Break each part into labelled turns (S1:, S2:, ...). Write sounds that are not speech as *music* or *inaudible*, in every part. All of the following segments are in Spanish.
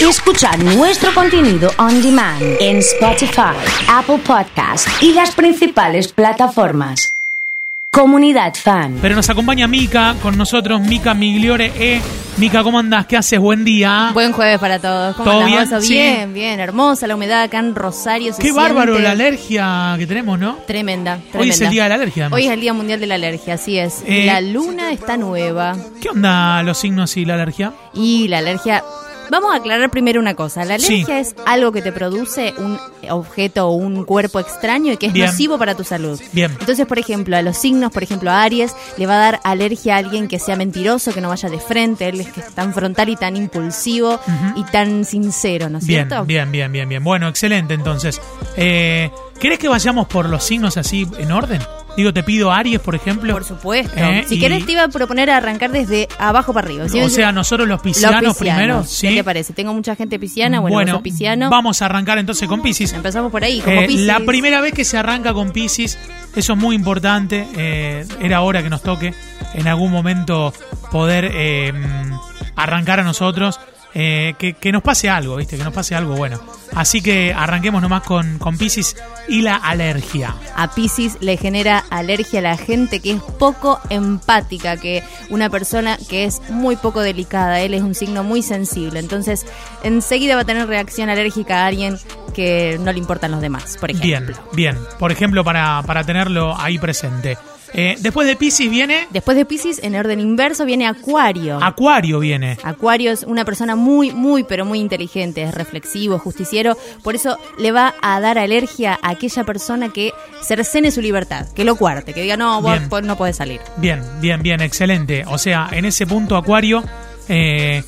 S1: y escuchar nuestro contenido on demand en Spotify, Apple Podcast y las principales plataformas. Comunidad Fan.
S2: Pero nos acompaña Mica con nosotros, Mica Migliore E. Mica, ¿cómo andás? ¿Qué haces? Buen día.
S3: Buen jueves para todos. ¿Cómo
S2: Ah. ¿Todo
S3: andamos?
S2: bien? Sí.
S3: bien, bien, hermosa la humedad acá en Rosario. se
S2: Qué bárbaro
S3: siente
S2: la alergia que tenemos, ¿no?
S3: Tremenda, tremenda.
S2: Hoy es el día de la alergia, además.
S3: Hoy es el Día Mundial de la Alergia, así es.
S2: Eh,
S3: la luna está nueva
S2: ¿Qué onda los signos y la alergia?
S3: y la alergia... Vamos a aclarar primero una cosa. La
S2: Sí.
S3: alergia es algo que te produce un objeto o un cuerpo extraño y que es
S2: Bien.
S3: nocivo para tu salud.
S2: Bien.
S3: Entonces, por ejemplo, a los signos, por ejemplo, a Aries, le va a dar alergia a alguien que sea mentiroso, que no vaya de frente, él es que es tan frontal y tan impulsivo y tan sincero, ¿no es
S2: Bien,
S3: cierto?
S2: bien, bien, bien, bien. Bueno, excelente entonces. Eh, ¿Querés que vayamos por los signos así en orden? Digo, te pido Aries, por ejemplo.
S3: Por supuesto.
S2: Eh,
S3: si
S2: y-
S3: querés te iba a proponer arrancar desde abajo para arriba. Si
S2: O
S3: ves-
S2: sea, nosotros los
S3: los
S2: piscianos
S3: piscianos.
S2: primero. ¿sí?
S3: ¿Qué te parece? Tengo mucha gente pisciana, bueno, vos sos pisciano.
S2: vamos a arrancar entonces con Piscis.
S3: Empezamos por ahí, como
S2: Eh,
S3: piscis.
S2: La primera vez que se arranca con Pisces, eso es muy importante. eh, era hora que nos toque en algún momento poder eh, arrancar a nosotros. eh, que, que nos pase algo, ¿viste? Que nos pase algo bueno. Así que arranquemos nomás con, con Pisces y la alergia.
S3: A Piscis le genera alergia a la gente que es poco empática, que una persona que es muy poco delicada. Él es un signo muy sensible. Entonces, enseguida va a tener reacción alérgica a alguien que no le importan los demás, por ejemplo.
S2: Bien, bien. Por ejemplo, para, para tenerlo ahí presente. Eh, después de Pisces viene.
S3: Después de Piscis, en orden inverso, viene Acuario.
S2: Acuario viene.
S3: Acuario es una persona muy, muy, pero muy inteligente, es reflexivo, es justiciero, por eso le va a dar alergia a aquella persona que cercene su libertad, que lo cuarte, que diga, no, vos
S2: Bien.
S3: po- no podés salir.
S2: Bien, bien, bien, excelente. O sea, en ese punto, Acuario, eh,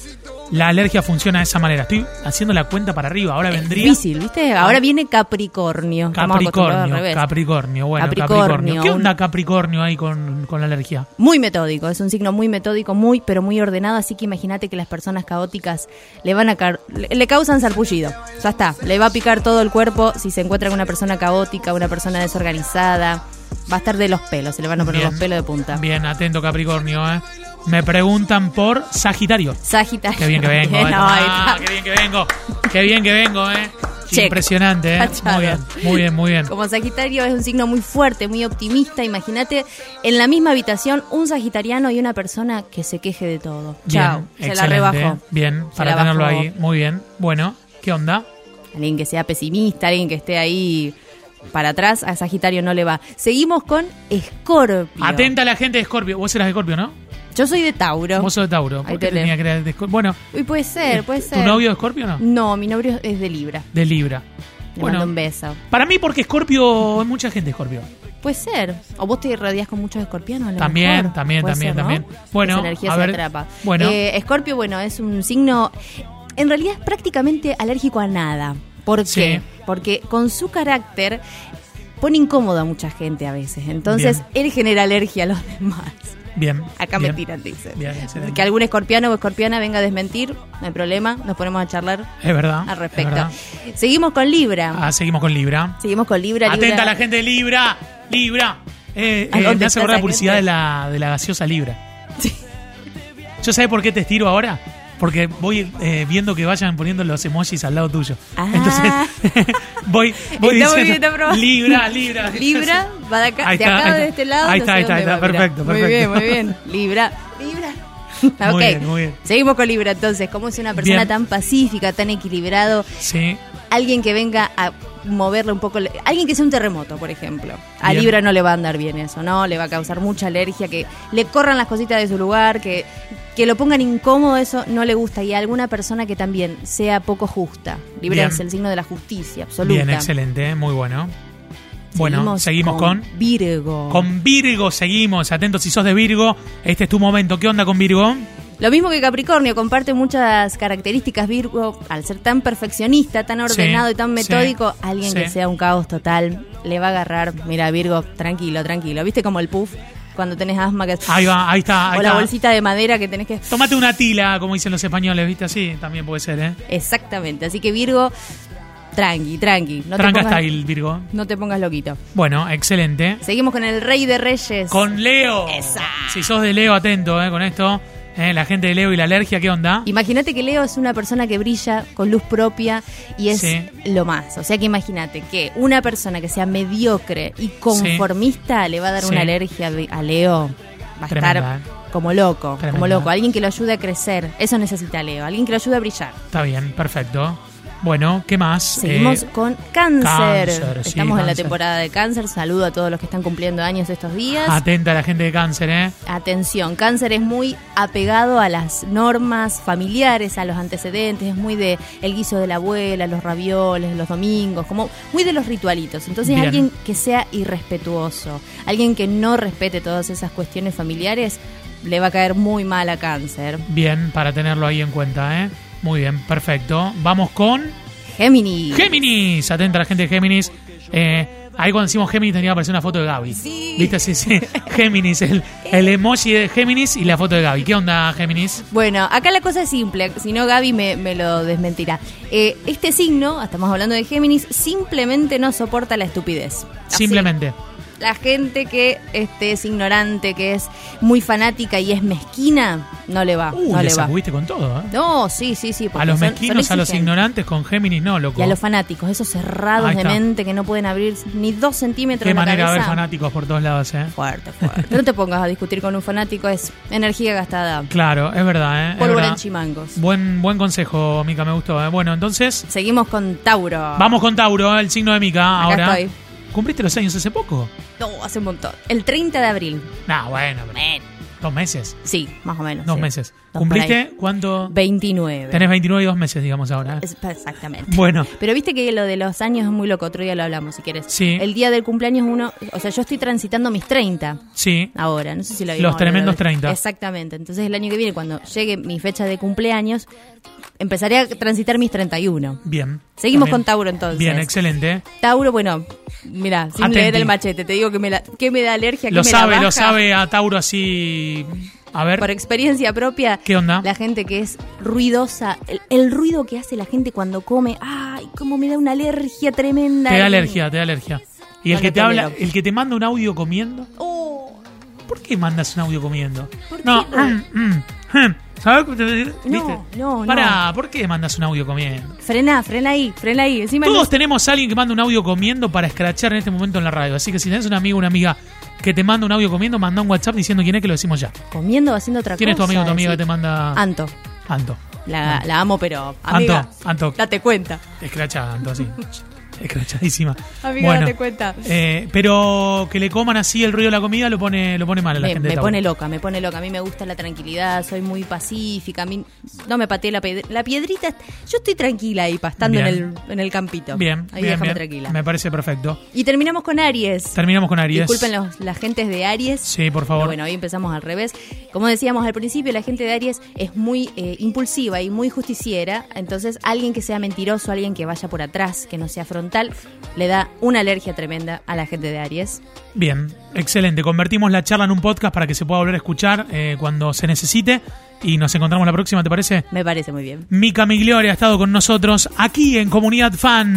S2: la alergia funciona de esa manera. Estoy haciendo la cuenta para arriba. Ahora vendría
S3: Difícil, ¿viste? Ahora viene Capricornio. Estamos acostumbrados
S2: Ah.
S3: al
S2: Capricornio.
S3: revés.
S2: Capricornio, bueno, Capricornio.
S3: Capricornio,
S2: ¿Qué
S3: un-
S2: onda Capricornio ahí con, con la alergia?
S3: Muy metódico, es un signo muy metódico, muy, pero muy ordenado, así que imagínate que las personas caóticas le van a car- le, le causan sarpullido. Ya está, le va a picar todo el cuerpo si se encuentra con una persona caótica, una persona desorganizada. Va a estar de los pelos, se le van a poner
S2: Bien.
S3: los pelos de punta.
S2: Bien, atento Capricornio, ¿eh? Me preguntan por Sagitario.
S3: Sagitario.
S2: Qué bien que vengo. ¿eh?
S3: *laughs* No,
S2: Ah,
S3: ahí
S2: qué bien que vengo. Qué bien que vengo, ¿eh?
S3: Check.
S2: Impresionante, ¿eh? Muy
S3: Tachado.
S2: bien, muy bien, muy bien.
S3: está. Como Sagitario es un signo muy fuerte, muy optimista, imagínate en la misma habitación un sagitariano y una persona que se queje de todo.
S2: Bien,
S3: Chao, se la
S2: excelente. eh.
S3: rebajo.
S2: Bien,
S3: Se
S2: para
S3: la
S2: tenerlo
S3: bajó.
S2: ahí. Muy bien. Bueno, ¿qué onda?
S3: Alguien que sea pesimista, alguien que esté ahí para atrás, a Sagitario no le va. Seguimos con Escorpio.
S2: Atenta a la gente de Scorpio. Vos eras de Scorpio, ¿no?
S3: Yo soy de Tauro.
S2: Vos sos de Tauro. ¿Por
S3: Ahí
S2: qué
S3: te leo.
S2: tenía que era de Scorpio? Bueno, eh,
S3: Uy, puede ser, puede
S2: ¿tu
S3: ser.
S2: novio de Scorpio o no?
S3: No, mi novio es de Libra.
S2: De Libra.
S3: Le
S2: Bueno.
S3: mando un beso.
S2: Para mí, porque Scorpio, hay mucha gente de Scorpio.
S3: Puede ser. O vos te rodeás con muchos escorpianos. a lo
S2: También,
S3: mejor.
S2: también,
S3: Puede
S2: también,
S3: ser, ¿no?
S2: también. Bueno,
S3: Esa energía
S2: a
S3: se
S2: ver,
S3: atrapa.
S2: bueno.
S3: Eh, Escorpio, bueno, es un signo. En realidad es prácticamente alérgico a nada. ¿Por
S2: Sí.
S3: qué? Porque con su carácter pone incómodo a mucha gente a veces. Entonces él genera alergia a los *laughs* demás.
S2: Bien.
S3: Acá
S2: bien.
S3: me tiran, dice.
S2: Bien, excelente.
S3: que algún escorpiano o escorpiana venga a desmentir, no hay problema, nos ponemos a charlar
S2: Es verdad.
S3: al
S2: es
S3: respecto.
S2: verdad.
S3: Seguimos con Libra.
S2: Ah, seguimos con Libra.
S3: Seguimos con Libra.
S2: Atenta
S3: Libra.
S2: a la gente de Libra. Libra. Eh,
S3: ¿A
S2: eh,
S3: dónde
S2: me hace
S3: está
S2: acordar
S3: esa
S2: la publicidad
S3: gente?
S2: de la, de la gaseosa Libra. ¿Yo sabés por qué te estiro ahora? Porque voy eh, viendo que vayan poniendo los emojis al lado tuyo.
S3: Ah.
S2: Entonces, *laughs* voy, voy
S3: Está muy bien,
S2: diciendo,
S3: está probando.
S2: Libra, Libra. *laughs*
S3: Libra, va de acá,
S2: Ahí
S3: de
S2: está,
S3: acá
S2: ahí
S3: de
S2: está.
S3: este lado.
S2: Ahí
S3: no
S2: está,
S3: sé
S2: ahí está,
S3: dónde
S2: ahí está.
S3: va, mirá.
S2: Perfecto,
S3: Muy bien,
S2: perfecto.
S3: muy bien. Libra, Libra.
S2: *laughs*
S3: Ok.
S2: Muy bien, muy bien.
S3: Seguimos con Libra entonces, como es una persona
S2: Bien.
S3: tan pacífica, tan equilibrado,
S2: Sí.
S3: alguien que venga a moverle un poco, alguien que sea un terremoto, por ejemplo. A
S2: Bien.
S3: Libra no le va a andar bien eso, ¿no? Le va a causar mucha alergia, que le corran las cositas de su lugar, que, que lo pongan incómodo, eso no le gusta. Y a alguna persona que también sea poco justa. Libra
S2: Bien.
S3: es el signo de la justicia absoluta.
S2: Bien, excelente, ¿eh? muy bueno. Bueno, seguimos con, con
S3: Virgo.
S2: Virgo, seguimos. Atentos si sos de Virgo, este es tu momento. ¿Qué onda con Virgo?
S3: Lo mismo que Capricornio, comparte muchas características Virgo, al ser tan perfeccionista, tan ordenado
S2: Sí,
S3: y tan
S2: sí,
S3: metódico, alguien
S2: sí.
S3: que sea un caos total le va a agarrar, mira Virgo, tranquilo, tranquilo, viste como el puff cuando tenés asma que
S2: Ahí va, ahí está, ahí
S3: o la
S2: está.
S3: bolsita de madera que tenés que
S2: Tómate una tila, como dicen los españoles, ¿viste? Así también puede ser, ¿eh?
S3: Exactamente, así que Virgo, tranqui, tranqui, no
S2: Tranca
S3: te
S2: está
S3: pongas,
S2: ahí, Virgo.
S3: no te pongas loquito.
S2: Bueno, excelente.
S3: Seguimos con el Rey de Reyes.
S2: Con Leo.
S3: Esa.
S2: Si sos de Leo, atento, ¿eh? Con esto. Eh, la gente de Leo y la alergia, ¿qué onda?
S3: Imagínate que Leo es una persona que brilla con luz propia y es
S2: Sí.
S3: lo más. O sea que imagínate que una persona que sea mediocre y conformista le va a dar
S2: Sí.
S3: una alergia a Leo. Va a
S2: Tremenda,
S3: estar
S2: ¿eh?
S3: como loco, como
S2: Tremenda.
S3: loco. Alguien que lo ayude a crecer. Eso necesita Leo. Alguien que lo ayude a brillar.
S2: Está bien, perfecto. Bueno, ¿qué más?
S3: Seguimos
S2: Eh,
S3: con cáncer.
S2: cáncer, sí,
S3: Estamos en la
S2: cáncer.
S3: temporada de cáncer. Saludo a todos los que están cumpliendo años estos días.
S2: atenta a la gente de cáncer, ¿eh?
S3: Atención, cáncer es muy apegado a las normas familiares, a los antecedentes, es muy de el guiso de la abuela, los ravioles, los domingos, como muy de los ritualitos. Entonces
S2: Bien.
S3: alguien que sea irrespetuoso, alguien que no respete todas esas cuestiones familiares, le va a caer muy mal a cáncer.
S2: Bien, para tenerlo ahí en cuenta, ¿eh? Muy bien, perfecto. Vamos con
S3: Géminis.
S2: Géminis. Atenta a la gente de Géminis. Eh, ahí cuando decimos Géminis tenía que aparecer una foto de Gaby.
S3: Sí.
S2: ¿Viste? Sí,
S3: *laughs*
S2: sí. Géminis, el, el emoji de Géminis y la foto de Gaby. ¿Qué onda, Géminis?
S3: Bueno, acá la cosa es simple, si no Gaby me, me lo desmentirá. Eh, este signo, estamos hablando de Géminis, simplemente no soporta la estupidez. Así.
S2: Simplemente.
S3: La gente que este, es ignorante, que es muy fanática y es mezquina, no le va.
S2: Uy, Uh,
S3: no
S2: le
S3: le Ah, va.
S2: sacudiste con todo, ¿eh?
S3: No, sí, sí, sí. porque
S2: A los
S3: son- son
S2: mezquinos, a los
S3: exigentes.
S2: ignorantes, con Géminis no, loco.
S3: Y a los fanáticos, esos cerrados
S2: Ahí
S3: de
S2: está.
S3: mente que no pueden abrir ni dos centímetros
S2: Qué
S3: la
S2: manera de ver
S3: cabeza.
S2: fanáticos por todos lados, ¿eh?
S3: Fuerte, fuerte. no te pongas a discutir con un fanático, es energía gastada.
S2: Claro, es verdad, ¿eh? Es
S3: Pólvora
S2: verdad.
S3: en chimangos.
S2: Buen, buen consejo, Mica, me gustó. ¿eh? Bueno, entonces,
S3: Seguimos con Tauro.
S2: vamos con Tauro, el signo de Mica.
S3: Acá
S2: Ahora,
S3: estoy.
S2: ¿cumpliste los años hace poco?
S3: No, hace un montón. El 30 de abril.
S2: Nah, bueno, pero-
S3: Bueno,
S2: dos meses.
S3: Sí, más o menos.
S2: Dos
S3: sí.
S2: meses.
S3: Dos por
S2: ¿Cumpliste
S3: ahí.
S2: cuánto?
S3: 29.
S2: Tenés 29 y dos meses, digamos ahora.
S3: Es- Exactamente.
S2: Bueno,
S3: Pero viste que lo de los años es muy loco, otro día lo hablamos si quieres.
S2: Sí.
S3: El día del cumpleaños uno, o sea, yo estoy transitando mis 30
S2: sí.
S3: ahora, no sé si lo
S2: Los
S3: habíamos hablado
S2: tremendos
S3: de-
S2: 30.
S3: Exactamente, entonces el año que viene cuando llegue mi fecha de cumpleaños empezaré a transitar mis 31.
S2: Bien.
S3: Seguimos
S2: También.
S3: con Tauro, entonces.
S2: Bien, excelente.
S3: Tauro, bueno, mira, sin
S2: Atenti.
S3: leer el machete, te digo que me, la- que me da alergia, que
S2: Lo
S3: me
S2: sabe,
S3: la
S2: lo
S3: baja.
S2: sabe a Tauro así. A ver.
S3: Por experiencia propia,
S2: ¿Qué onda?
S3: la gente que es ruidosa, el, el ruido que hace la gente cuando come, ay, cómo me da una alergia tremenda.
S2: Te da
S3: Y-
S2: alergia, te da alergia. Y
S3: No
S2: el que
S3: lo
S2: te habla,
S3: tolero.
S2: el que te manda un audio comiendo,
S3: Oh,
S2: ¿por qué mandas un audio comiendo?
S3: ¿Por
S2: No,
S3: qué?
S2: mm, mm, mm. ¿sabes? cómo te- ¿Viste?
S3: no, no.
S2: Pará, ¿por qué mandas un audio comiendo?
S3: frena, frena ahí, frena ahí. Encima
S2: Todos tenemos a alguien que manda un audio comiendo para escrachar en este momento en la radio. Así que si tenés un amigo o una amiga que te manda un audio comiendo, manda un WhatsApp diciendo quién es que lo decimos ya.
S3: no- comiendo o haciendo otra
S2: ¿Quién es tu
S3: cosa.
S2: amigo o tu amiga que
S3: decís.
S2: te manda
S3: Anto,
S2: Anto?
S3: la, la amo, pero
S2: Anto,
S3: amiga,
S2: Anto.
S3: date cuenta.
S2: Escrachada, Anto,
S3: *laughs*
S2: sí. Escrachadísima.
S3: Amiga,
S2: Bueno,
S3: date cuenta.
S2: eh, pero que le coman así el ruido de la comida lo pone, lo pone mal a la
S3: Me,
S2: gente. de
S3: me
S2: Tauro.
S3: pone loca, me pone loca. A mí me gusta la tranquilidad, soy muy pacífica. A mí no me pateé la, pied- la piedrita. Yo estoy tranquila ahí, pastando en
S2: Bien.
S3: el, en el campito.
S2: Bien,
S3: ahí
S2: bien,
S3: déjame
S2: bien.
S3: tranquila.
S2: Me parece perfecto.
S3: Y terminamos con Aries.
S2: Terminamos con Aries.
S3: Disculpen los, las gentes de Aries.
S2: Sí, por
S3: Pero
S2: favor.
S3: Bueno, hoy empezamos al revés. Como decíamos al principio, la gente de Aries es muy eh, impulsiva y muy justiciera. Entonces, alguien que sea mentiroso, alguien que vaya por atrás, que no sea frontal, le da una alergia tremenda a la gente de Aries.
S2: Bien, excelente. Convertimos la charla en un podcast para que se pueda volver a escuchar eh, cuando se necesite. Y nos encontramos la próxima, ¿te parece?
S3: Me parece muy bien.
S2: Mica Migliore ha estado con nosotros aquí en Comunidad Fan.